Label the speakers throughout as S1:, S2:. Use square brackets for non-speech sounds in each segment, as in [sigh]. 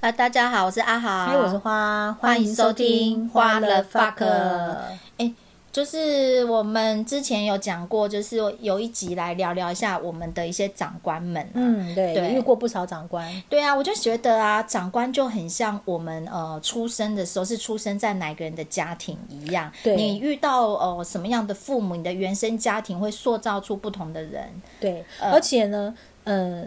S1: 啊，大家好，我是阿豪，
S2: 嗨，哎我是花，
S1: 欢迎收听花了 fuck 就是我们之前有讲过，就是有一集来聊聊一下我们的一些长官们、啊。
S2: 嗯，对，
S1: 对
S2: 也遇过不少长官，
S1: 对啊，我就觉得啊，长官就很像我们呃出生的时候是出生在哪个人的家庭一样。
S2: 对
S1: 你遇到呃什么样的父母，你的原生家庭会塑造出不同的人。
S2: 对，而且呢，呃，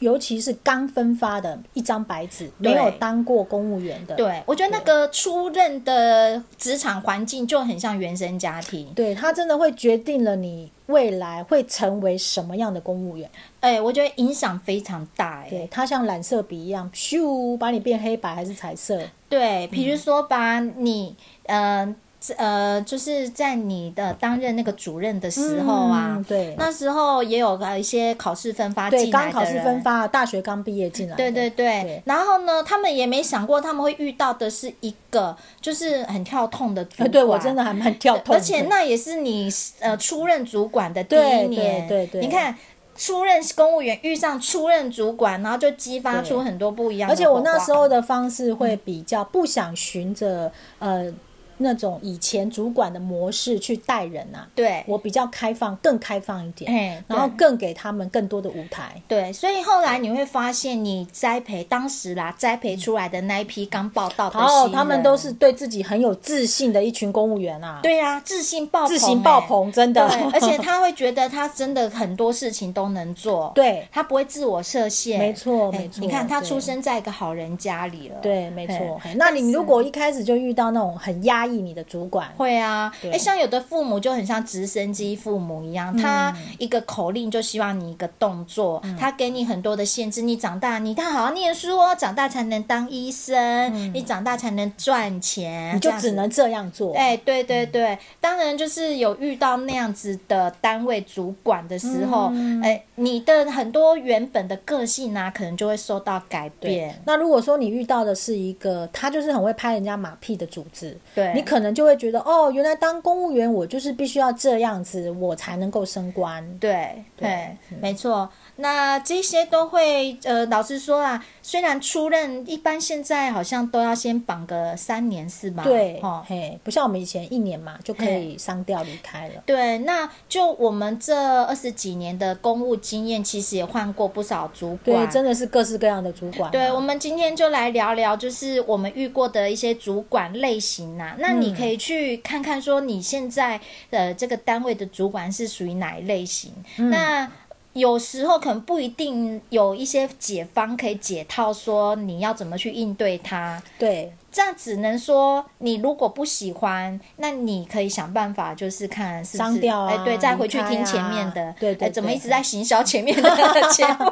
S2: 尤其是刚分发的一张白纸，没有当过公务员的，
S1: 对，我觉得那个初任的职场环境就很像原生家庭。
S2: 对他真的会决定了你未来会成为什么样的公务员。
S1: 哎、我觉得影响非常大、哎，
S2: 对，他像染色笔一样，咻，把你变黑白还是彩色？
S1: 对，比如说吧，你呃这呃，就是在你的担任那个主任的时候啊，
S2: 嗯对
S1: 那时候也有呃一些考试分发
S2: 对，
S1: 进来
S2: 刚
S1: 的
S2: 考试
S1: 人
S2: 分。发，大学刚毕业进来的，
S1: 对对对，
S2: 对
S1: 然后呢，他们也没想过他们会遇到的是一个就是很跳痛的主
S2: 呃，
S1: 管，
S2: [laughs] 对我真的还蛮跳痛的，
S1: 而且那也是你呃出任主管的第
S2: 对
S1: 一年，
S2: 对对对
S1: 你看。出任公务员遇上出任主管，然后就激发出
S2: 对
S1: 很多不一样的
S2: 而
S1: 火
S2: 且
S1: 花。嗯
S2: 我那时候的方式会比较不想循着呃那种以前主管的模式去带人啊，
S1: 对，
S2: 我比较开放，更开放一点，
S1: 哎，
S2: 然后
S1: 对
S2: 更给他们更多的舞台。
S1: 对，所以后来你会发现，你栽培当时啦，栽培出来的那一批刚报道的
S2: 然后
S1: 新
S2: 哦他们
S1: 人
S2: 都是对自己很有自信的一群公务员啊，
S1: 对啊，自信爆棚、
S2: 自信爆
S1: 欸。
S2: 棚，真
S1: 对，
S2: 的，[laughs]
S1: 而且他会觉得他真的很多事情都能做，
S2: 对
S1: 他不会自我设限，
S2: 没错
S1: 哎
S2: 没错
S1: 你看他
S2: 对
S1: 出生在一个好人家里了，
S2: 对，没
S1: 哎
S2: 错。那你如果一开始就遇到那种很压抑你的主管，
S1: 会啊，哎、
S2: 对嗯
S1: 像有的父母就很像直升机父母一样，他一个口令就希望你一个动作，他给你很多的限制。你长大，你看好好念书哦，长大才能当医生，你长大才能赚钱，
S2: 嗯
S1: 这
S2: 你就
S1: 样子
S2: 只。能嗯这样做。
S1: 哎、对对对，当然就是有遇到那样子的单位主管的时候，哎、
S2: 嗯
S1: 你的很多原本的个性啊，可能就会受到改
S2: 对
S1: 变。，
S2: 那如果说你遇到的是一个他就是很会拍人家马屁的组织，
S1: 对
S2: 你可能就会觉得哦，原来当公务员我就是必须要这样子，我才能够升官。
S1: 对
S2: 对嗯
S1: 对，没错。那这些都会，呃，老实说啦，虽然出任一般现在好像都要先绑个三年是吧？
S2: 对，
S1: 哦，
S2: 嘿，不像我们以前一年嘛就可以商调离开了。
S1: 对，那就我们这二十几年的公务经验，其实也换过不少主
S2: 对，
S1: 管。
S2: 真的是各式各样的主管啊、
S1: 对，我们今天就来聊聊，就是我们遇过的一些主管类型呐、
S2: 嗯
S1: 那你可以去看看，说你现在呃这个单位的主管是属于哪一类型？
S2: 嗯
S1: 那有时候可能不一定有一些解方可以解套，说你要怎么去应对他。
S2: 对
S1: 这样只能说，你如果不喜欢，那你可以想办法，就是看是不是
S2: 商调啊
S1: 哎，对，再回去
S2: 离开啊
S1: 听前面的，
S2: 对对
S1: 哎怎么
S2: 对
S1: 一直在行销前面的节
S2: [laughs]
S1: 目？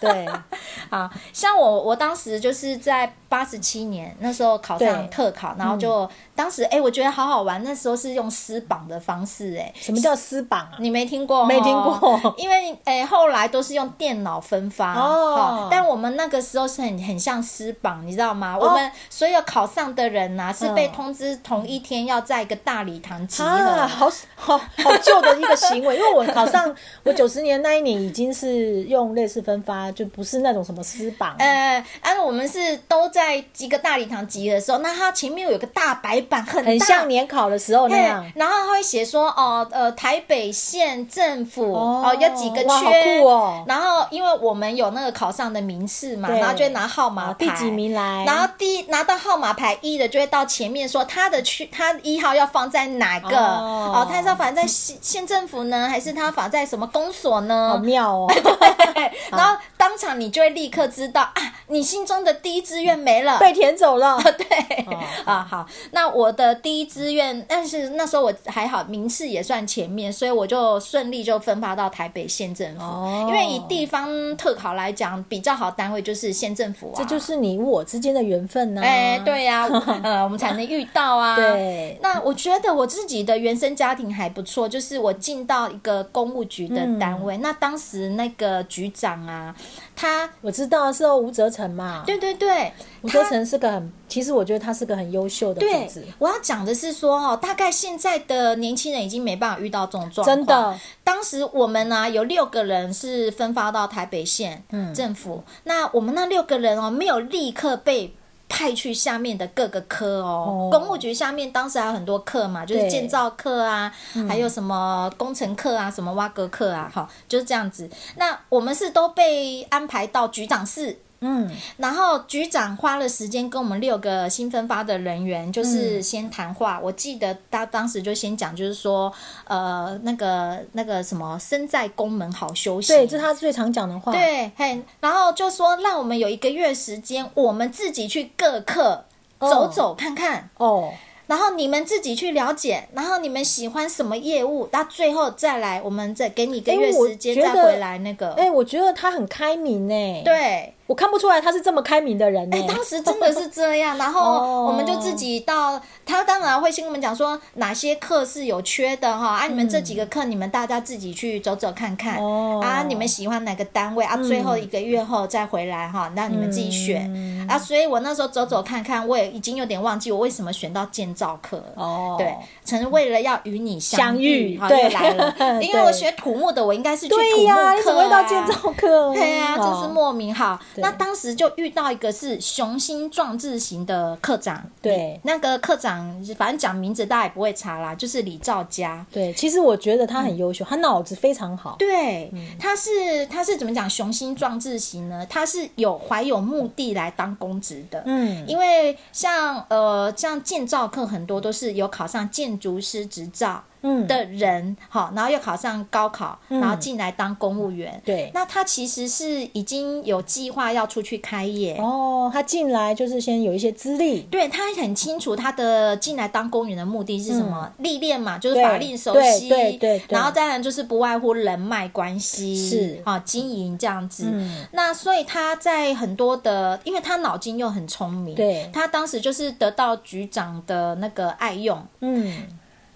S2: 对
S1: 啊，像我，我当时就是在八十七年那时候考上
S2: 对
S1: 特考，然后就、
S2: 嗯
S1: 当时哎、诶我觉得好好玩。那时候是用撕榜的方式、诶
S2: 什么叫私榜
S1: [laughs]
S2: 啊？
S1: 你没听过？
S2: 没听过
S1: 因为诶、后来都是用电脑分发
S2: 哦
S1: 但我们那个时候是很很像私榜，你知道吗？
S2: 哦
S1: 我们所有考上的人呐、是被
S2: 嗯
S1: 通知同一天要在一个大礼堂集合。
S2: 啊，好好好旧的一个行为，因为我考上我九十年那一年已经是用类似分发，就不是那种什么私榜，
S1: 呃，啊，我们是都在一个大礼堂集合的时候，那它前面有个大白板，很大
S2: 很像年考的时候那
S1: 对，
S2: 样。
S1: 然后他会写说，哦，呃，台北县政府哦
S2: 哦
S1: 有几个
S2: 哇好
S1: 缺，
S2: 酷哦
S1: 然后因为我们有那个考上的名次嘛，
S2: 对
S1: 然后就会拿号码
S2: 啊，
S1: 牌。
S2: 第几名来？
S1: 然后第一拿到号码牌一的就会到前面说他的区他一号要放在哪个
S2: 哦
S1: 哦他是要放在县县政府呢，还是他放在什么公所呢？
S2: 好
S1: [laughs]
S2: 妙哦！
S1: 对，然后当场你就会立刻知道啊，你心中的第一志愿没了，
S2: 被填走了。
S1: [laughs] 对、
S2: 哦
S1: 啊，好， [laughs] 那我的第一志愿，但是那时候我还好，名次也算前面，所以我就顺利就分发到台北县政府。
S2: 哦
S1: 因为以地方特考来讲，比较好单位就是县政府啊。
S2: 这就是啊你我之间的缘分呐、
S1: 哎、对
S2: [laughs]
S1: 呀、呃，我们才能遇到啊。
S2: 对
S1: 那我觉得我自己的原生家庭还不
S2: 嗯
S1: 错，就是我进到一个公务局的单位，那当时那个局长啊，他
S2: 我知道是哦吴泽成嘛，
S1: 对对对，
S2: 吴
S1: 他
S2: 泽成是个很，其实我觉得他是个很优秀的
S1: 对
S2: 主子，，嗯
S1: 我要讲的是说哈、哦，大概现在的年轻人已经没办法遇到这种状况。
S2: 真的，
S1: 当时我们呢、有六个人是分发到台北县
S2: 嗯
S1: 政府，那我们那六个人哦没有立刻被。派去下面的各个科哦，
S2: 哦
S1: 公务局下面当时还有很多课嘛，就是
S2: 对嗯
S1: 建造课啊，还有什么工程课啊，什么挖掘课啊，哈，就是这样子。那我们是都被安排到局长室，
S2: 嗯，
S1: 然后局长花了时间跟我们六个新分发的人员，
S2: 嗯
S1: 就是先谈话。我记得他当时就先讲，就是说，呃，那个那个什么，身在宫门好修行。
S2: 对，这是他最常讲的话，，
S1: 对，嘿，然后就说让我们有一个月时间，我们自己去各课
S2: 哦
S1: 走走看看。
S2: 哦，
S1: 然后你们自己去了解，然后你们喜欢什么业务，到最后再来，我们再给你一个
S2: 诶
S1: 月
S2: 我
S1: 时间
S2: 觉
S1: 再
S2: 得
S1: 回来那个。
S2: 哎、我觉得他很开明哎，，
S1: 对，
S2: 我看不出来他是这么开明的人
S1: 哎、
S2: 哎，
S1: 当时真的是这
S2: [laughs]
S1: 样，然后
S2: 哦
S1: 我们就自己到，他当然会先跟我们讲说哪些课是有缺的哈，啊，你们这几个课你们大家自己去走走看看，
S2: 嗯哦嗯
S1: 啊，你们喜欢哪个单位啊，最后一个月后再回来哈，那你们自己选、
S2: 嗯
S1: 啊，所以我那时候走走看看，我也已经有点忘记我为什么选到建造课了。
S2: 哦，
S1: 对，曾为了要与你相
S2: 相
S1: 遇，
S2: 遇
S1: 哈
S2: 对
S1: 又来
S2: [laughs]
S1: 了，因为
S2: 对
S1: 我学土木的，我应该是去土木课、啊、
S2: 对呀、你怎么会到建造课？
S1: 对啊，
S2: 哦
S1: 真是莫名哈。
S2: 对
S1: 那当时就遇到一个是雄心壮志型的科长，
S2: 对
S1: 那个科长反正讲名字大家也不会查啦，就是李兆佳。
S2: 对，其实我觉得他很优秀，他脑子非常好。
S1: 对，
S2: 嗯
S1: 他是他是怎么讲雄心壮志型呢？他是有怀有目的来当公职的，
S2: 嗯，
S1: 因为像呃像建造课很多都是有考上建筑师执照
S2: 嗯
S1: 的人，好、然后又考上高考，
S2: 嗯
S1: 然后进来当公务员。
S2: 对
S1: 那他其实是已经有计划要出去开业。
S2: 哦，他进来就是先有一些资历，
S1: 对他很清楚他的进来当公务员的目的是什么，历练嘛，就是
S2: 嗯对
S1: 法令熟悉，
S2: 对对对对
S1: 然后当然就是不外乎人脉关系，
S2: 是
S1: 啊，经营这样子。
S2: 嗯
S1: 那所以他在很多的，因为他脑筋又很聪明，
S2: 对
S1: 他当时就是得到局长的那个爱用，
S2: 嗯，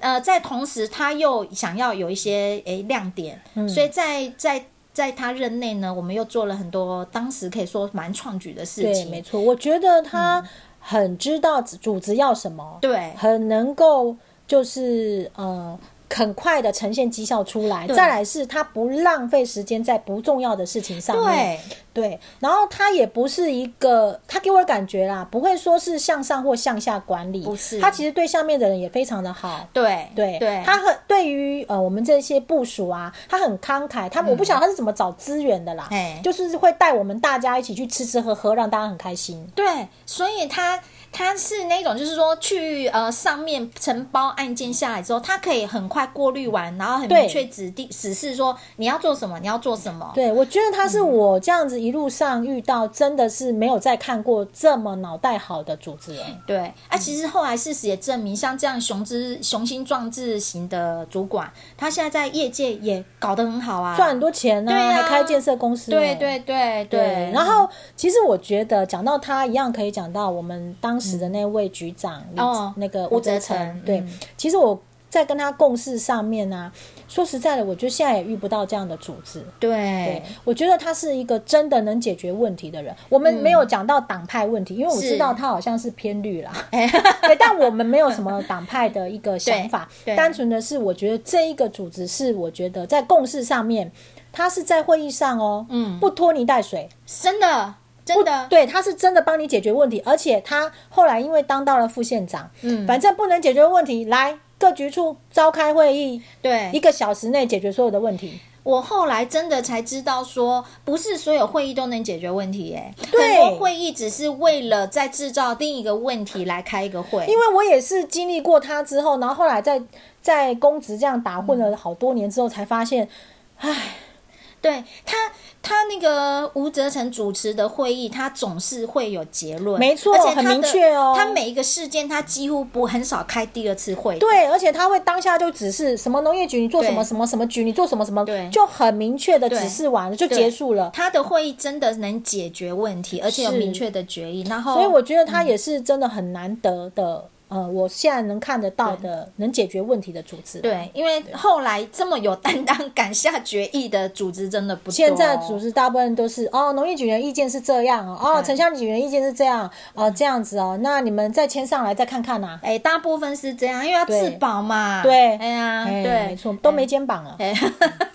S1: 呃，在同时他又想要有一些诶、亮点，
S2: 嗯
S1: 所以在在在他任内呢，我们又做了很多当时可以说蛮创举的事
S2: 对，
S1: 情，
S2: 没错，我觉得他很知道组织要什么，
S1: 嗯对
S2: 很能够就是呃。很快的呈现绩效出来，
S1: 对
S2: 再来是他不浪费时间在不重要的事情上面，
S1: 对
S2: 对，然后他也不是一个，他给我的感觉啦，不会说是向上或向下管理，
S1: 不是
S2: 他其实对下面的人也非常的好，
S1: 对
S2: 对，
S1: 对，
S2: 他很对于呃我们这些部署啊，他很慷慨，他、
S1: 嗯
S2: 我不晓得他是怎么找资源的啦
S1: 哎，
S2: 就是会带我们大家一起去吃吃喝喝，让大家很开心。
S1: 对，所以他他是那种就是说去呃上面承包案件下来之后，他可以很快过滤完，然后很明
S2: 对
S1: 确指定指示说你要做什么，你要做什么。
S2: 对，我觉得他是我这样子一路上遇到，真的是没有再看过这么脑袋好的主持人。
S1: 对，啊，其实后来事实也证明，像这样雄之雄心壮志型的主管，他现在在业界也搞得很好啊，
S2: 赚很多钱呢、
S1: 对啊
S2: 还开建设公司欸呢、
S1: 对啊对对
S2: 对
S1: 对，，
S2: 然后其实我觉得讲到他一样可以讲到我们当时的那位局长，李
S1: 哦
S2: 那个
S1: 吴
S2: 吴
S1: 泽
S2: 泽
S1: 成
S2: 成。对
S1: 嗯，
S2: 其实我在跟他共事上面呢、说实在的，我觉得现在也遇不到这样的组织。对
S1: 对，
S2: 我觉得他是一个真的能解决问题的人。我们没有讲到党派问题，因为我
S1: 是
S2: 知道他好像是偏绿啦，
S1: 哎 [laughs]
S2: 对，但我们没有什么党派的一个想法
S1: 对对，
S2: 单纯的是我觉得这一个组织是我觉得在共事上面，他是在会议上哦，
S1: 嗯
S2: 不拖泥带水，
S1: 真的真的，
S2: 哦对，他是真的帮你解决问题，而且他后来因为当到了副县长，
S1: 嗯
S2: 反正不能解决问题，来各局处召开会议，一
S1: 对，
S2: 个小时内解决所有的问题。
S1: 我后来真的才知道说，不是所有会议都能解决问题、耶，哎，
S2: 对
S1: 很多会议只是为了在制造另一个问题来开一个会，
S2: 因为我也是经历过他之后，然后后来在在公职这样打混了好多年之后，才发现，唉，
S1: 对他，他那个吴泽成主持的会议，他总是会有结论，
S2: 没错
S1: 而且他
S2: 很
S1: 的
S2: 明确哦
S1: 他每一个事件，他几乎不很少开第二次会。
S2: 对，而且他会当下就指示什么农业局你做什么
S1: 对
S2: 什么什么局你做什么什么
S1: 对，
S2: 就很明确的
S1: 对
S2: 指示完了就
S1: 对
S2: 结束了。
S1: 他的会议真的能解决问题，而且有
S2: 是
S1: 明确的决议。然后，
S2: 所以我觉得他也是真的很难得的。呃，我现在能看得到的、能解决问题的组织。，
S1: 对，因为后来这么有担当、敢下决议的组织真的不多。
S2: 现在组织大部分都是哦，农业局员意见是这样哦，哦，
S1: 对
S2: 城乡局员意见是这样哦，这样子哦，那你们再签上来再看看呐、
S1: 哎、大部分是这样，因为要自
S2: 对
S1: 保嘛。
S2: 对
S1: 哎呀，
S2: 哎
S1: 对，
S2: 没错，都没肩膀了。
S1: 哎，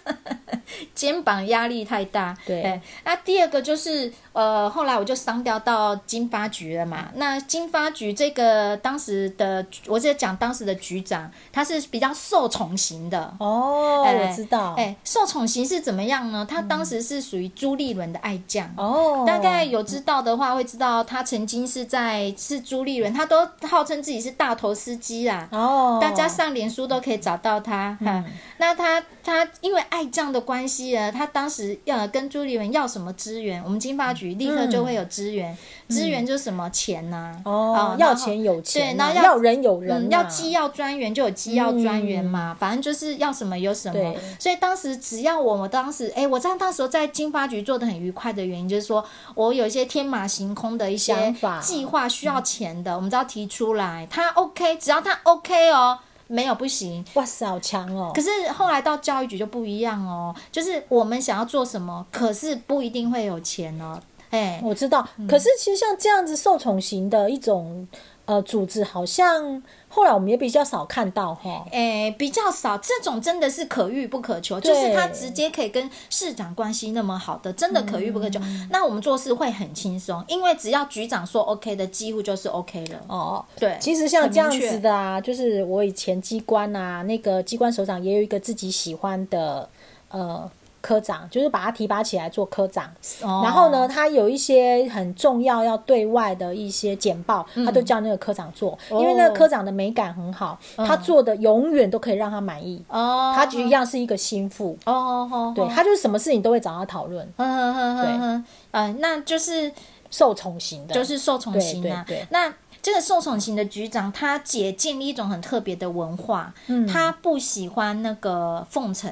S1: [laughs] 肩膀压力太大。
S2: 对
S1: 哎那第二个就是呃，后来我就上调到经发局了嘛。那经发局这个当时的，我只讲当时的局长，他是比较受宠型的。
S2: 哦，
S1: 哎
S2: 我知道。
S1: 哎、受宠型是怎么样呢？他当时是属于朱立伦的爱将。
S2: 哦，
S1: 大概有知道的话，会知道他曾经是在是朱立伦，他都号称自己是大头司机啦。
S2: 哦，嗯
S1: 大家上脸书都可以找到他哈、那他他因为爱将的关系呢，他当时要跟朱立伦要什么资源，我们经发局立刻就会有资源，资、源就是什么钱呐、
S2: 嗯哦，要
S1: 然后
S2: 钱有钱
S1: 对，
S2: 呐，
S1: 然后
S2: 要
S1: 要
S2: 人有人啊
S1: 嗯，
S2: 呐，
S1: 要机要专员就有机要专员嘛，反正就是要什么有什么
S2: 对。
S1: 所以当时只要我，我当时哎、我在当时在经发局做的很愉快的原因，就是说我有一些天马行空的一些
S2: 想法
S1: 计划需要钱的，我们只要提出来，他 OK，只要他 OK 哦，没有不行。
S2: 哇塞，好强哦
S1: 可！是后来到教育局就不一样哦，就是我们想要做什么，可是不一定会有钱哦，哎、
S2: 我知道，可是其实像这样子受宠型的一种呃组织，好像后来我们也比较少看
S1: [laughs]
S2: 到哈。
S1: 诶、比较少，这种真的是可遇不可求，就是他直接可以跟市长关系那么好的，真的可遇不可求。
S2: 嗯
S1: 那我们做事会很轻松，因为只要局长说 OK 的，几乎就是 OK 了。
S2: 哦，
S1: 对
S2: 其实像这样
S1: 很明确
S2: 子的啊，就是我以前机关啊，那个机关首长也有一个自己喜欢的呃科长，就是把他提拔起来做科长。
S1: 哦
S2: 然后呢，，他有一些很重要要对外的一些简报，
S1: 嗯
S2: 他都叫那个科长做，
S1: 哦
S2: 因为那个科长的美感很好，他做的永远都可以让他满意。
S1: 嗯哦，
S2: 他就一样是一个心腹，
S1: 哦，哦哦，
S2: 对他就是什么事情都会找他讨论，
S1: 嗯嗯嗯嗯嗯，呃，那就是
S2: 受宠型的，
S1: 就是受宠型啊。
S2: 对对对
S1: 那这个受宠型的局长，他姐建立一种很特别的文化，
S2: 嗯
S1: 他不喜欢那个奉承，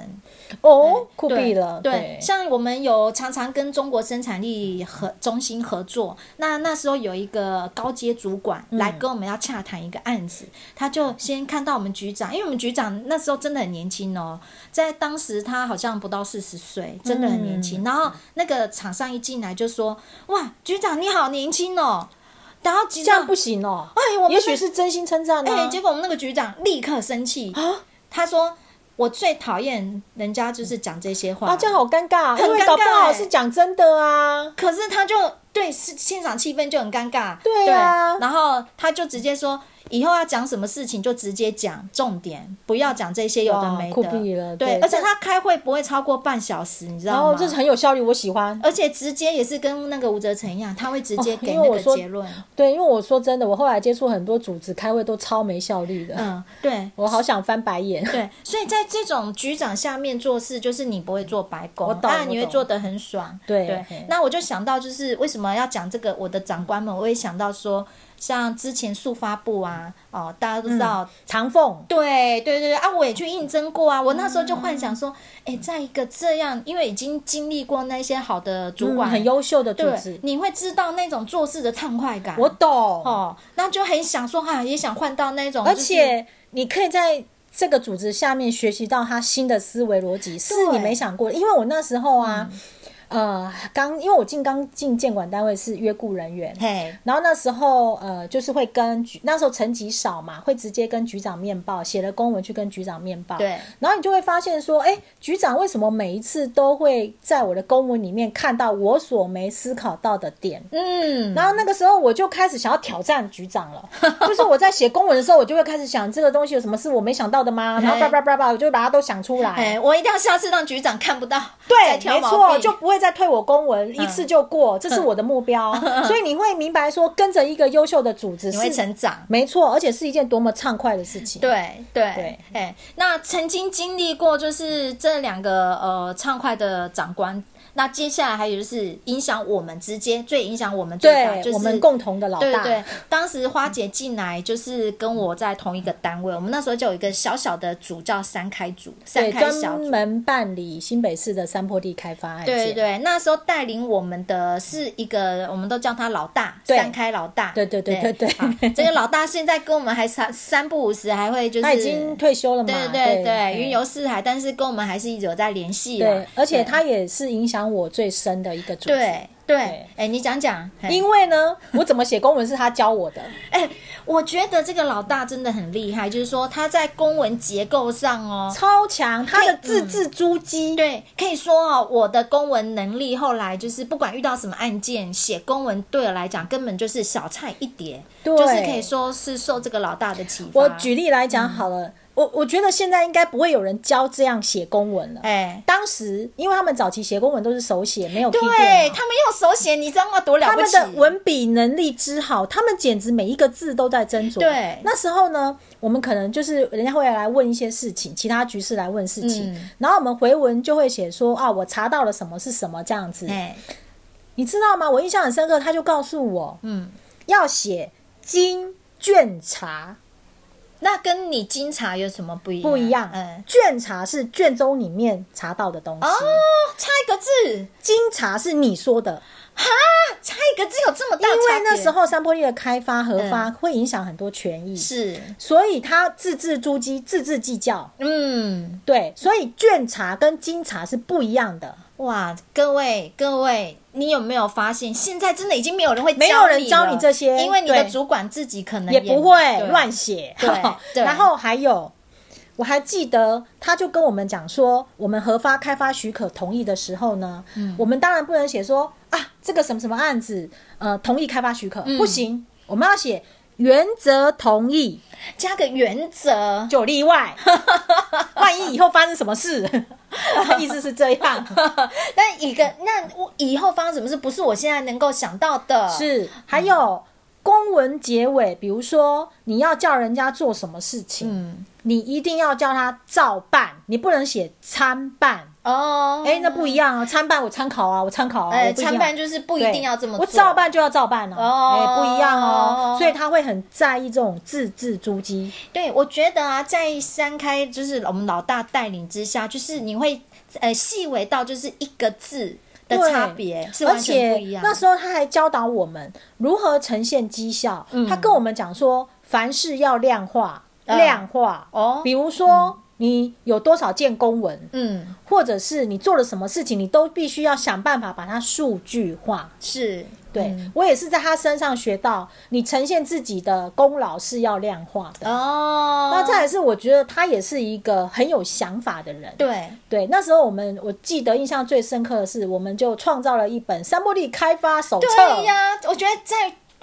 S2: 哦，酷
S1: 对
S2: 毙了，
S1: 对，像我们有常常跟中国生产力合中心合作，那那时候有一个高阶主管来
S2: 嗯
S1: 跟我们要洽谈一个案子，他就先看到我们局长，因为我们局长那时候真的很年轻哦，在当时他好像不到四十岁，真的很年轻。
S2: 嗯
S1: 然后那个厂商一进来就说：“哇，局长你好年轻哦。”然后局
S2: 这样
S1: 长
S2: 不行哦，
S1: 哎，我们
S2: 也许是真心称赞啊
S1: 哎、
S2: 呢
S1: 结，果我们那个局长立刻生气，
S2: 啊
S1: 他说：“我最讨厌人家就是讲这些话。
S2: 啊，这样好尴尬，
S1: 很
S2: 因为
S1: 尴
S2: 搞不
S1: 尬
S2: 好
S1: 哎
S2: 是讲真的啊，
S1: 可是他就对是现场气氛就很尴尬，
S2: 对啊
S1: 然后他就直接说，以后要讲什么事情就直接讲重点，不要讲这些有的
S2: 哇
S1: 没
S2: 酷
S1: 的。
S2: 毙了
S1: 对，
S2: 对
S1: 而且他开会不会超过半小时，你知
S2: 然
S1: 道
S2: 后
S1: 吗？
S2: 这是很有效率，我喜欢。
S1: 而且直接也是跟那个吴哲成一样，他会直接
S2: 哦
S1: 给
S2: 因为
S1: 那
S2: 我
S1: 个
S2: 说
S1: 结论。
S2: 对，因为我说真的，我后来接触很多组织开会都超没效率的，
S1: 嗯，对。
S2: 我好想翻白 [laughs] 眼。
S1: 对，所以在这种局长下面做事，就是你不会做白工，
S2: 我懂
S1: 当然你
S2: 我
S1: 会
S2: 懂
S1: 做得很爽。
S2: 对
S1: 对
S2: 嘿，
S1: 那我就想到，就是为什么要讲这个？我的长官们，我也想到说，像之前速发部啊，哦，大家都
S2: 嗯
S1: 知道。
S2: 长凤，
S1: 对对对对啊！我也去应征过啊！我那时候就幻想说，哎、在一个这样，因为已经经历过那些好的主
S2: 嗯
S1: 管，
S2: 很优秀的组
S1: 对
S2: 织，，
S1: 你会知道那种做事的畅快感。
S2: 我懂。
S1: 哦，那就很想说哈、也想换到那种、
S2: 而
S1: 就是
S2: 且你可以在这个组织下面学习到他新的思维逻辑，是你没想过的。因为我那时候啊，
S1: 嗯
S2: 呃，刚因为我进刚进监管单位是约雇人员，
S1: 嘿，
S2: 然后那时候呃，就是会跟局那时候层级少嘛，会直接跟局长面报，写了公文去跟局长面报。
S1: 对，
S2: 然后你就会发现说，哎，局长为什么每一次都会在我的公文里面看到我所没思考到的点？
S1: 嗯，
S2: 然后那个时候我就开始想要挑战局长了，就是我在写公文的时候，我就会开始想这个东西有什么是我没想到的吗？然后叭叭叭叭，我就把它都想出来。
S1: 哎，我一定要下次让局长看不到，再
S2: 对，
S1: 挑
S2: 没
S1: 毛
S2: 错，
S1: 病嗯
S2: 就不会再退我公文，一次就过，这是我的目
S1: [laughs]
S2: 标。所以你会明白说，跟着一个优秀的组织
S1: 你会
S2: 是
S1: 成长。
S2: 没错，而且是一件多么畅快的事情。
S1: 对对
S2: 对
S1: 哎，那曾经经历过就是这两个呃畅快的长官那接下来还有就是影响我们直接最影响我们最大，
S2: 对
S1: 就是
S2: 我们共同的老
S1: 对
S2: 大，
S1: 对，当时花姐进来就是跟我在同一个单位，我们那时候就有一个小小的组叫三开组，三
S2: 对
S1: 开小
S2: 专
S1: 组。
S2: 门办理新北市的山坡地开发案件，
S1: 对对对，那时候带领我们的是一个，我们都叫他老大，
S2: 对
S1: 三开老大。
S2: 对对对对对
S1: 好这个老大现在跟我们还三三不五时，还会就是
S2: 他已经退休了嘛，
S1: 对
S2: 对
S1: 对对云游四海，但是跟我们还是一直有在联系啦
S2: 对，而且他也是影响我最深的一个组织。
S1: 对对，哎
S2: 对、
S1: 你讲讲，嘿
S2: 因为呢，我怎么写公文是他教
S1: [laughs]
S2: 我的，
S1: 哎、我觉得这个老大真的很厉害，就是说他在公文结构上哦，
S2: 超强，他的字
S1: 嗯
S2: 字珠玑，
S1: 对，可以说哦，我的公文能力后来就是不管遇到什么案件，写公文对我来讲根本就是小菜一碟，
S2: 对
S1: 就是可以说是受这个老大的启发。
S2: 我举例来
S1: 嗯
S2: 讲好了，我我觉得现在应该不会有人教这样写公文了。
S1: 哎、
S2: 当时，因为他们早期写公文都是手写，没有 P
S1: 对
S2: 电脑
S1: 他们用手写，你知道吗？多了
S2: 啊他
S1: 不
S2: 们
S1: 起。
S2: 的文笔能力之好，他们简直每一个字都在斟酌。
S1: 对
S2: 那时候呢，我们可能就是人家会来问一些事情，其他局势来问事情，
S1: 嗯
S2: 然后我们回文就会写说啊，我查到了什么是什么这样子。
S1: 哎、
S2: 你知道吗？我印象很深刻，他就告诉我
S1: 嗯，
S2: 要写经卷查。
S1: 那跟你经查有什么不一样？
S2: 不一样。
S1: 嗯，
S2: 卷查是卷宗里面查到的东西，
S1: 哦，差一个字，
S2: 经查是你说的，
S1: 差一个字有这么
S2: 因
S1: 大差别？
S2: 为那时候山坡地的开发合发
S1: 嗯
S2: 会影响很多权益，
S1: 是，
S2: 所以他字字珠玑，字字计较。
S1: 嗯，
S2: 对，所以卷查跟经查是不一样的，
S1: 哇，各位各位，你有没有发现，现在真的已经没有人会
S2: 没有人
S1: 了
S2: 教你这些
S1: 因为你的
S2: 对
S1: 主管自己可能
S2: 也不会
S1: 对
S2: 乱写。
S1: 对对
S2: 然后还有。我还记得，他就跟我们讲说，我们核发开发许可同意的时候呢，
S1: 嗯
S2: 我们当然不能写说啊，这个什么什么案子，呃，同意开发许可、
S1: 嗯
S2: 不行，我们要写原则同意，
S1: 加个原
S2: [laughs]
S1: 则。
S2: 就有
S1: [laughs]
S2: 例外，万一以后发生什么事， [laughs] 意思是这样。
S1: 那一个，那我以后发生什么事，不是我现在能够想到的。，
S2: 是，还
S1: 嗯
S2: 有公文结尾，比如说你要叫人家做什么事情，
S1: 嗯，
S2: 你一定要叫他照办，你不能写参办。
S1: 哦，
S2: 哎、那不一样啊，参办我参考啊，我参考啊，
S1: 呃，
S2: 我不一样
S1: 参办就是不
S2: 不
S1: 一定要这么
S2: 我
S1: 做。
S2: 照办就要照办啊，
S1: 哦
S2: 哎、不一样哦，所以他会很在意这种字字珠玑，
S1: 对，我觉得啊，在三开就是我们老大带领之下，就是你会呃细微到就是一个字的
S2: 对
S1: 差别是
S2: 而
S1: 完全不一
S2: 且
S1: 样。
S2: 那时候他还教导我们如何呈现绩效，他跟我们讲说，凡事要量化，
S1: 嗯
S2: 量化，
S1: 哦
S2: 比如说你有多少件公文，
S1: 嗯，
S2: 或者是你做了什么事情，你都必须要想办法把它数据化。
S1: 是
S2: 对、
S1: 嗯
S2: 我也是在他身上学到，你呈现自己的功劳是要量化的。
S1: 哦，
S2: 那再来是，我觉得他也是一个很有想法的人。
S1: 对
S2: 对，那时候我们我记得印象最深刻的是，我们就创造了一本山坡地开发手册，
S1: 对呀、我觉得在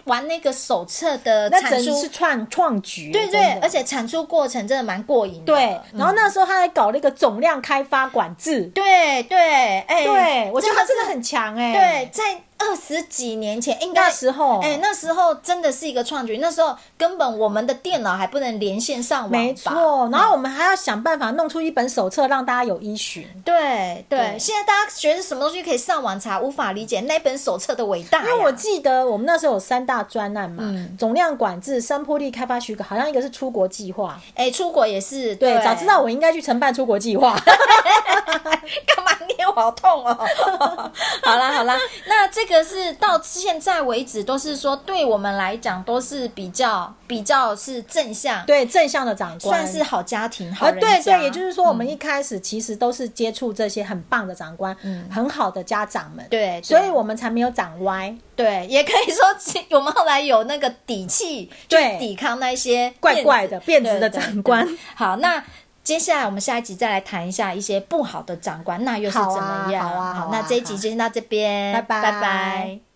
S1: 玩那个手册的
S2: 那
S1: 产
S2: 真
S1: 出
S2: 是，创创举，
S1: 对对
S2: 真，的
S1: 而且嗯产出过程真的蛮过瘾的。
S2: 对。然后那时候他还搞了一个总量开发管制，
S1: 对对，哎、
S2: 对我觉得他
S1: 这
S2: 真
S1: 个
S2: 的很强哎、
S1: 对，在二十几年前，应该
S2: 那时候
S1: 哎、那时候真的是一个创举。那时候根本我们的电脑还不能连线上网吧，
S2: 没错，然后我们还要想办法弄出一本手册，让大家有依循。
S1: 对对，
S2: 对
S1: 现在大家学什么东西可以上网查，无法理解那本手册的伟大呀。
S2: 因为我记得我们那时候有三大专案嘛，
S1: 嗯
S2: 总量管制、山坡地开发许可，好像一个是出国计划。
S1: 哎、出国也是
S2: 对，早知道我应该去承办出国计划。 [laughs]
S1: [laughs] 干嘛捏我好痛哦！ [laughs] 好啦好啦，那这个是到现在为止都是说，对我们来讲都是比较比较是正向，呃
S2: 对，正向的长
S1: 算
S2: 官
S1: 是好家庭好
S2: 啊，
S1: 人家、嗯
S2: 对对，也就是说，我们一开始其实都是接触这些很棒的长官、很好的家长们，
S1: 嗯对对
S2: 所以我们才没有长歪。
S1: 对，也可以说其我们后来有那个底气去
S2: 对
S1: 抵抗那些
S2: 怪怪的
S1: 辫
S2: 辫子的长官。
S1: 对对对好，那。接下来我们下一集再来谈一下一些不好的长官，那又是怎么样？
S2: 好啊好啊好啊
S1: 那这一集就先到这边，
S2: 拜拜
S1: 拜拜